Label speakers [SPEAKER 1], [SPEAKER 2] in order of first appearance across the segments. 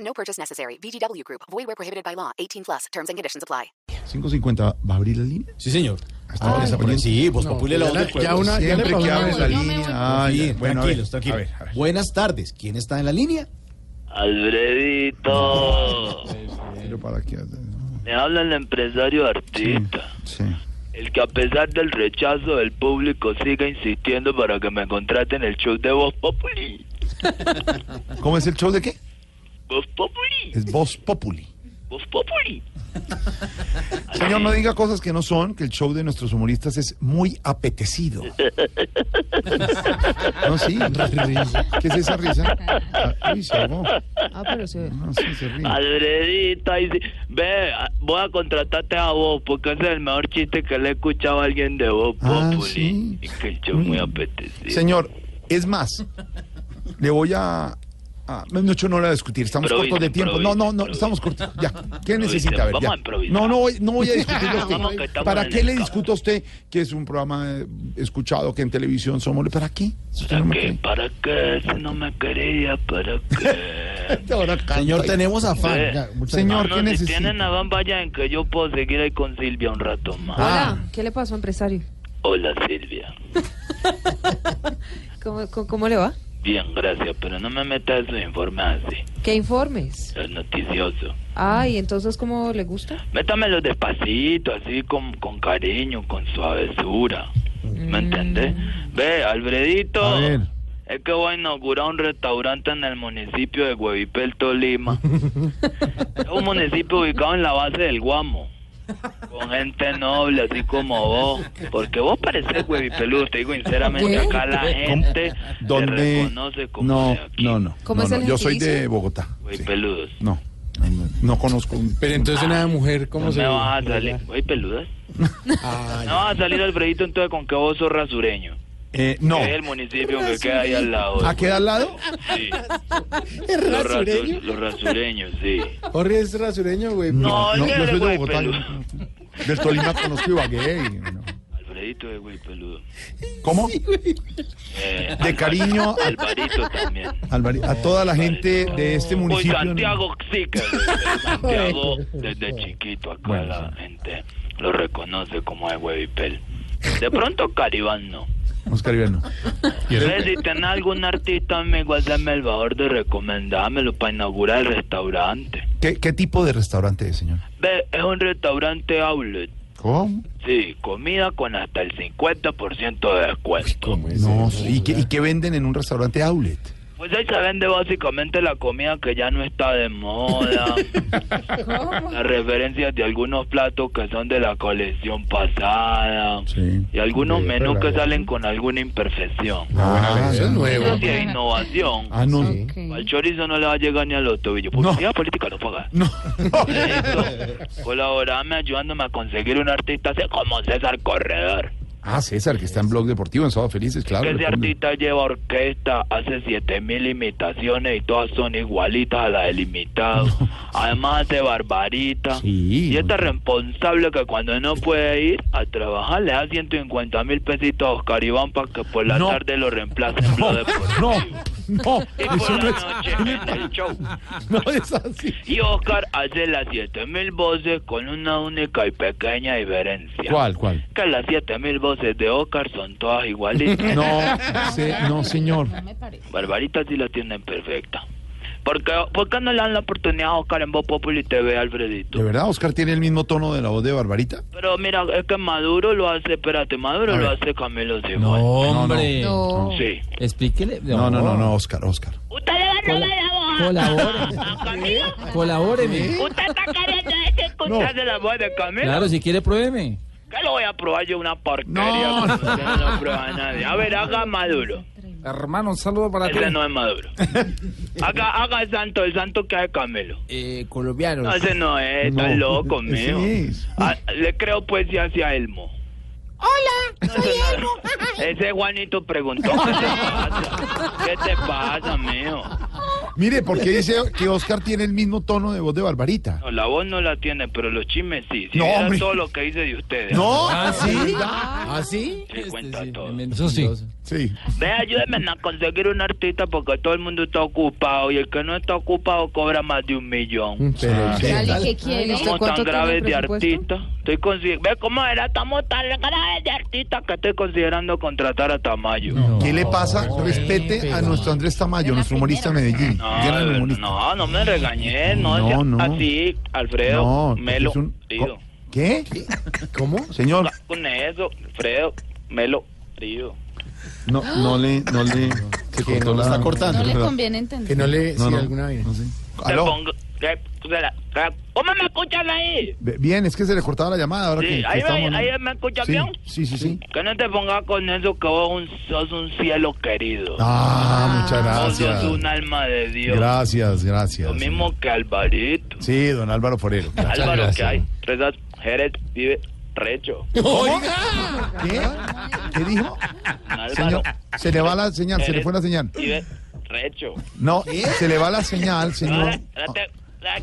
[SPEAKER 1] No purchase necessary. VGW Group. Void where prohibited by law. 18 plus. Terms and conditions apply.
[SPEAKER 2] 5.50, ¿va a abrir la línea?
[SPEAKER 3] Sí, señor.
[SPEAKER 2] Hasta ahora está poniendo-
[SPEAKER 3] sí, vos Populi la voz del pueblo.
[SPEAKER 2] Ah, ya una,
[SPEAKER 3] Siempre
[SPEAKER 2] Siempre
[SPEAKER 3] que
[SPEAKER 2] que
[SPEAKER 3] habla-
[SPEAKER 2] abres la
[SPEAKER 4] yo me
[SPEAKER 2] línea.
[SPEAKER 4] voy.
[SPEAKER 2] Ah,
[SPEAKER 3] Sí,
[SPEAKER 2] ya. Bueno, a ver,
[SPEAKER 3] tranquilos, tranquilos.
[SPEAKER 2] A ver, a ver.
[SPEAKER 3] Buenas tardes. ¿Quién está en la línea?
[SPEAKER 5] Alfredito,
[SPEAKER 2] Pero para aquí,
[SPEAKER 5] me habla el empresario artista,
[SPEAKER 2] Sí.
[SPEAKER 5] el que a pesar del rechazo del público sigue insistiendo para que me contraten el show de Voz Populi.
[SPEAKER 2] ¿Cómo es el show de qué?
[SPEAKER 5] Voz Populi,
[SPEAKER 2] Es Voz Populi.
[SPEAKER 5] Voz Populi.
[SPEAKER 2] Señor, no diga cosas que no son, que el show de nuestros humoristas es muy apetecido. No, sí. ¿Qué es esa risa? Ah, Uy, se ahogó.
[SPEAKER 4] Ah, pero se
[SPEAKER 2] No, sí, se ríe.
[SPEAKER 5] Alfredito, ahí sí. ve, a- voy a contratarte a vos porque ese es el mejor chiste que le he escuchado a alguien de Voz
[SPEAKER 2] Ah,
[SPEAKER 5] Populi.
[SPEAKER 2] sí.
[SPEAKER 5] Y que el show muy
[SPEAKER 2] Mm.
[SPEAKER 5] apetecido.
[SPEAKER 2] Señor, es más, le voy a... ah, no, no, yo no lo voy a discutir, estamos
[SPEAKER 5] Improvisa,
[SPEAKER 2] cortos de tiempo. No,
[SPEAKER 5] improvisa,
[SPEAKER 2] no, no,
[SPEAKER 5] improvisa.
[SPEAKER 2] estamos cortos. Ya, ¿qué necesita? A ver,
[SPEAKER 5] Vamos
[SPEAKER 2] ya.
[SPEAKER 5] a improvisar.
[SPEAKER 2] No, no voy, no voy a discutirlo a
[SPEAKER 5] Vamos, que
[SPEAKER 2] usted.
[SPEAKER 5] estamos
[SPEAKER 2] ¿Para
[SPEAKER 5] en
[SPEAKER 2] qué
[SPEAKER 5] el
[SPEAKER 2] le
[SPEAKER 5] campo.
[SPEAKER 2] discuto a usted que es un programa eh, escuchado, que en televisión somos... ¿Para qué? Si usted
[SPEAKER 5] ¿Para
[SPEAKER 2] no me
[SPEAKER 5] qué?
[SPEAKER 2] cree.
[SPEAKER 5] ¿Para qué? Si no me quería, ¿para qué?
[SPEAKER 3] Señor, tenemos a Fan.
[SPEAKER 5] Eh,
[SPEAKER 3] Ya, muchas
[SPEAKER 2] Señor,
[SPEAKER 5] No,
[SPEAKER 2] ¿qué
[SPEAKER 5] si
[SPEAKER 2] necesita?
[SPEAKER 5] tienen a Van, vayan que yo puedo seguir ahí con Silvia un rato más.
[SPEAKER 2] Ah.
[SPEAKER 4] Hola, ¿qué le pasó, empresario?
[SPEAKER 5] Hola Silvia.
[SPEAKER 4] ¿Cómo, cómo, cómo le va?
[SPEAKER 5] Bien, gracias, pero no me metas esos informes así,
[SPEAKER 4] ¿Qué informes?
[SPEAKER 5] los noticiosos.
[SPEAKER 4] Ay, entonces, ¿cómo le gusta?
[SPEAKER 5] Métamelo despacito, así con, con cariño, con suavezura. ¿Me entendés? Ve, Alfredito.
[SPEAKER 2] A ver.
[SPEAKER 5] Es que voy a inaugurar un restaurante en el municipio de Huevipel, Tolima. es un municipio ubicado en la base del Guamo. Con gente noble, así como vos. Porque vos pareces huevipeludo, te digo sinceramente,
[SPEAKER 4] ¿Qué?
[SPEAKER 5] acá la
[SPEAKER 2] ¿Cómo?
[SPEAKER 5] gente te
[SPEAKER 2] ¿Dónde?
[SPEAKER 5] reconoce como
[SPEAKER 2] No,
[SPEAKER 5] de aquí.
[SPEAKER 2] no, no.
[SPEAKER 4] ¿Cómo
[SPEAKER 2] no,
[SPEAKER 4] es
[SPEAKER 2] no,
[SPEAKER 4] el
[SPEAKER 2] Yo soy
[SPEAKER 4] gentilicio?
[SPEAKER 2] de Bogotá. sí.
[SPEAKER 5] Huevipeludos.
[SPEAKER 2] No, no, no, no conozco un...
[SPEAKER 3] Pero entonces una mujer, ¿cómo
[SPEAKER 5] No
[SPEAKER 3] se
[SPEAKER 5] me vas a salir. ¿Huevipeludas?
[SPEAKER 2] Ah,
[SPEAKER 5] No vas a salir, Alfredito, entonces con que vos sos rasureño.
[SPEAKER 2] Eh, no.
[SPEAKER 5] Que es el municipio que queda ahí al lado.
[SPEAKER 2] ¿A qué al lado?
[SPEAKER 5] Sí. Los, rasu- los rasureños, sí.
[SPEAKER 3] Jorge es rasureño, güey.
[SPEAKER 5] No,
[SPEAKER 2] no,
[SPEAKER 5] es que
[SPEAKER 2] yo
[SPEAKER 5] eres
[SPEAKER 2] soy de
[SPEAKER 5] güey
[SPEAKER 2] Bogotá.
[SPEAKER 5] peludo.
[SPEAKER 2] Del Tolima conozco Ibagué. y no.
[SPEAKER 5] Alfredito es güey peludo.
[SPEAKER 2] ¿Cómo?
[SPEAKER 5] Eh,
[SPEAKER 2] De cariño a
[SPEAKER 5] Alvarito también.
[SPEAKER 2] Alvari- a toda la gente de este
[SPEAKER 5] Uy,
[SPEAKER 2] municipio.
[SPEAKER 5] Santiago sí que desde Santiago desde chiquito acá
[SPEAKER 2] Bueno,
[SPEAKER 5] la
[SPEAKER 2] sí.
[SPEAKER 5] gente lo reconoce como de güey pel. De pronto Caribán no.
[SPEAKER 2] Oscar Iván, no.
[SPEAKER 5] Ve, Si tenés algún artista amigo, hazme el favor de recomendármelo para inaugurar el restaurante.
[SPEAKER 2] ¿Qué, qué tipo de restaurante es, señor?
[SPEAKER 5] Ve, es un restaurante outlet.
[SPEAKER 2] ¿Cómo?
[SPEAKER 5] Sí, comida con hasta el 50% de descuento.
[SPEAKER 2] No, sí, ¿y, qué, y qué venden en un restaurante outlet?
[SPEAKER 5] Pues ahí se vende básicamente la comida que ya no está de moda, las referencias de algunos platos que son de la colección pasada
[SPEAKER 2] Sí.
[SPEAKER 5] y algunos
[SPEAKER 2] Sí,
[SPEAKER 5] menús que
[SPEAKER 2] pero-
[SPEAKER 5] salen con alguna imperfección.
[SPEAKER 2] Ah,
[SPEAKER 3] Eso es nuevo.
[SPEAKER 5] Eso sí es innovación.
[SPEAKER 2] Ah, no.
[SPEAKER 5] Al chorizo no le va a llegar ni a los tobillos.
[SPEAKER 2] No.
[SPEAKER 5] Publicidad política no paga.
[SPEAKER 2] No.
[SPEAKER 5] Eso, colaborame ayudándome a conseguir un artista así como César Corredor.
[SPEAKER 2] Ah, César, que está en Blog Deportivo, en Sábado Felices, claro.
[SPEAKER 5] que ese
[SPEAKER 2] recuerdo.
[SPEAKER 5] artista lleva orquesta, hace 7000 imitaciones y todas son igualitas a las del imitado. Además hace barbarita.
[SPEAKER 2] Sí,
[SPEAKER 5] y este
[SPEAKER 2] muy bien.
[SPEAKER 5] responsable que cuando no puede ir a trabajar le da 150 mil pesitos a Oscar Iván para que por la
[SPEAKER 2] No.
[SPEAKER 5] tarde lo reemplace en
[SPEAKER 2] No,
[SPEAKER 5] lo deportivo.
[SPEAKER 2] no, no,
[SPEAKER 5] Y por
[SPEAKER 2] eso
[SPEAKER 5] la
[SPEAKER 2] no es,
[SPEAKER 5] noche en el show.
[SPEAKER 2] no es así.
[SPEAKER 5] Y Oscar hace las 7000 voces con una única y pequeña diferencia.
[SPEAKER 2] ¿Cuál, cuál?
[SPEAKER 5] Que las 7000 voces de Oscar son todas igualitas.
[SPEAKER 2] No, se- no, señor.
[SPEAKER 5] Barbarita sí la tienen perfecta. ¿Por qué, por qué no le dan la oportunidad a Oscar en Voz Populi TV, Alfredito?
[SPEAKER 2] ¿De verdad Oscar tiene el mismo tono de la voz de Barbarita?
[SPEAKER 5] Pero mira, es que Maduro lo hace, espérate, Maduro
[SPEAKER 2] A
[SPEAKER 5] lo
[SPEAKER 2] ver.
[SPEAKER 5] hace Camilo
[SPEAKER 3] No,
[SPEAKER 5] Simón.
[SPEAKER 3] hombre.
[SPEAKER 4] No.
[SPEAKER 5] Sí.
[SPEAKER 3] Explíquele.
[SPEAKER 2] No, no, no, no, Oscar, Oscar.
[SPEAKER 6] Usted le va a robar la voz
[SPEAKER 3] Colabore.
[SPEAKER 6] a Camilo.
[SPEAKER 3] Colabóreme.
[SPEAKER 6] Usted está queriendo decir que
[SPEAKER 5] ¿Escuchaste la voz de Camilo?
[SPEAKER 3] Claro, si quiere, pruébeme.
[SPEAKER 5] ¿Qué lo voy a probar yo una porquería?
[SPEAKER 2] No,
[SPEAKER 5] Usted no lo prueba a nadie. A ver, haga Maduro.
[SPEAKER 3] Hermano, un saludo para ti.
[SPEAKER 5] Ese no es Maduro. Haga, haga el santo, el santo que hace Camelo.
[SPEAKER 7] Eh, colombianos.
[SPEAKER 5] No, ese no es, está
[SPEAKER 2] No,
[SPEAKER 5] loco,
[SPEAKER 2] ese
[SPEAKER 5] mío.
[SPEAKER 2] es.
[SPEAKER 5] Ah, le creo pues sí hacia Elmo. Hola, soy Elmo. Ese Juanito preguntó, ¿qué te pasa? ¿Qué te pasa, mío?
[SPEAKER 2] Mire, porque dice que Oscar tiene el mismo tono de voz de Barbarita.
[SPEAKER 5] No, la voz no la tiene, pero los chismes sí. Si
[SPEAKER 2] No,
[SPEAKER 5] vieras
[SPEAKER 2] hombre.
[SPEAKER 5] todo lo que dice de ustedes.
[SPEAKER 2] No.
[SPEAKER 7] ¿Ah, sí? ¿Ah, sí?
[SPEAKER 5] Sí, cuenta todo.
[SPEAKER 3] Eso Este sí.
[SPEAKER 2] Sí.
[SPEAKER 5] Ve, ayúdenme a conseguir un artista porque todo el mundo está ocupado y el que no está ocupado cobra más de un millón.
[SPEAKER 2] Pero, ¿qué?
[SPEAKER 4] Dale, ¿qué quiere?
[SPEAKER 2] ¿Este
[SPEAKER 4] ¿Usted
[SPEAKER 5] Estamos
[SPEAKER 4] cuánto
[SPEAKER 5] tan
[SPEAKER 4] tiene
[SPEAKER 5] graves de
[SPEAKER 4] presupuesto?
[SPEAKER 5] artista. Estoy consi- Ve cómo era, estamos tan graves de artista que estoy considerando contratar a Tamayo. No,
[SPEAKER 2] ¿Qué le pasa? Respete a nuestro Andrés Tamayo, nuestro humorista de Medellín. Gran
[SPEAKER 5] de-
[SPEAKER 2] humorista.
[SPEAKER 5] no, no me regañé, no,
[SPEAKER 2] No,
[SPEAKER 5] seas
[SPEAKER 2] no.
[SPEAKER 5] así, Alfredo,
[SPEAKER 2] No,
[SPEAKER 5] Melo,
[SPEAKER 2] es un-
[SPEAKER 5] tío.
[SPEAKER 2] ¿Qué?
[SPEAKER 7] ¿Cómo?
[SPEAKER 2] Señor,
[SPEAKER 5] Con eso, Alfredo, Melo, tío.
[SPEAKER 2] no, no le, no le. Se cortó,
[SPEAKER 7] la está cortando. No le
[SPEAKER 8] conviene entender.
[SPEAKER 7] Que no le
[SPEAKER 2] No,
[SPEAKER 7] sí,
[SPEAKER 2] no.
[SPEAKER 7] alguna vaina.
[SPEAKER 2] No sé.
[SPEAKER 5] Te
[SPEAKER 2] Aló.
[SPEAKER 5] pongo- te- te la- te- ¿Cómo me escuchan ahí?
[SPEAKER 2] Be- Bien, es que se le cortaba la llamada ahora
[SPEAKER 5] Sí,
[SPEAKER 2] que, que
[SPEAKER 5] ahí,
[SPEAKER 2] estamos-
[SPEAKER 5] me, ahí me escuchan
[SPEAKER 2] Sí,
[SPEAKER 5] bien.
[SPEAKER 2] sí, sí, sí.
[SPEAKER 5] Que no te pongas con eso que vos un- sos un cielo querido.
[SPEAKER 2] Ah, muchas
[SPEAKER 5] vos sos un
[SPEAKER 2] gracias.
[SPEAKER 5] alma de Dios.
[SPEAKER 2] Gracias,
[SPEAKER 5] Lo
[SPEAKER 2] gracias.
[SPEAKER 5] mismo que Alvarito.
[SPEAKER 2] Sí, don Álvaro Forero. Gracias.
[SPEAKER 5] Álvaro que
[SPEAKER 2] Gracias.
[SPEAKER 5] hay. Rezas, Jerez vive recho.
[SPEAKER 2] ¿Qué? ¿Qué dijo? Señor, ah.
[SPEAKER 5] Álvaro
[SPEAKER 2] se le va la señal, se le fue la señal.
[SPEAKER 5] vive recho.
[SPEAKER 2] No, se le va la señal, señor.
[SPEAKER 5] Ahora, ahora te- Ah, la-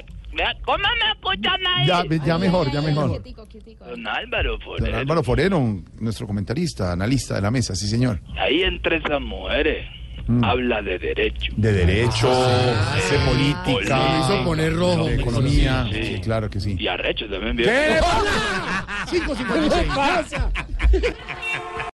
[SPEAKER 5] la- la- ¿Cómo me escuchan ahí?
[SPEAKER 2] Ya, ya mejor, ya mejor.
[SPEAKER 8] Quietico, quietico.
[SPEAKER 5] Don Álvaro, por
[SPEAKER 2] Don Álvaro Forero, nuestro comentarista, analista de la mesa, sí, señor.
[SPEAKER 5] Ahí entre esas mujeres
[SPEAKER 2] Mm.
[SPEAKER 5] habla de derecho.
[SPEAKER 2] De derecho, hace política.
[SPEAKER 5] Lo
[SPEAKER 7] hizo poner rojo.
[SPEAKER 2] De economía.
[SPEAKER 5] Sí.
[SPEAKER 2] Sí, claro que sí.
[SPEAKER 5] Y arrecho también vive.
[SPEAKER 7] ¿Qué pasa?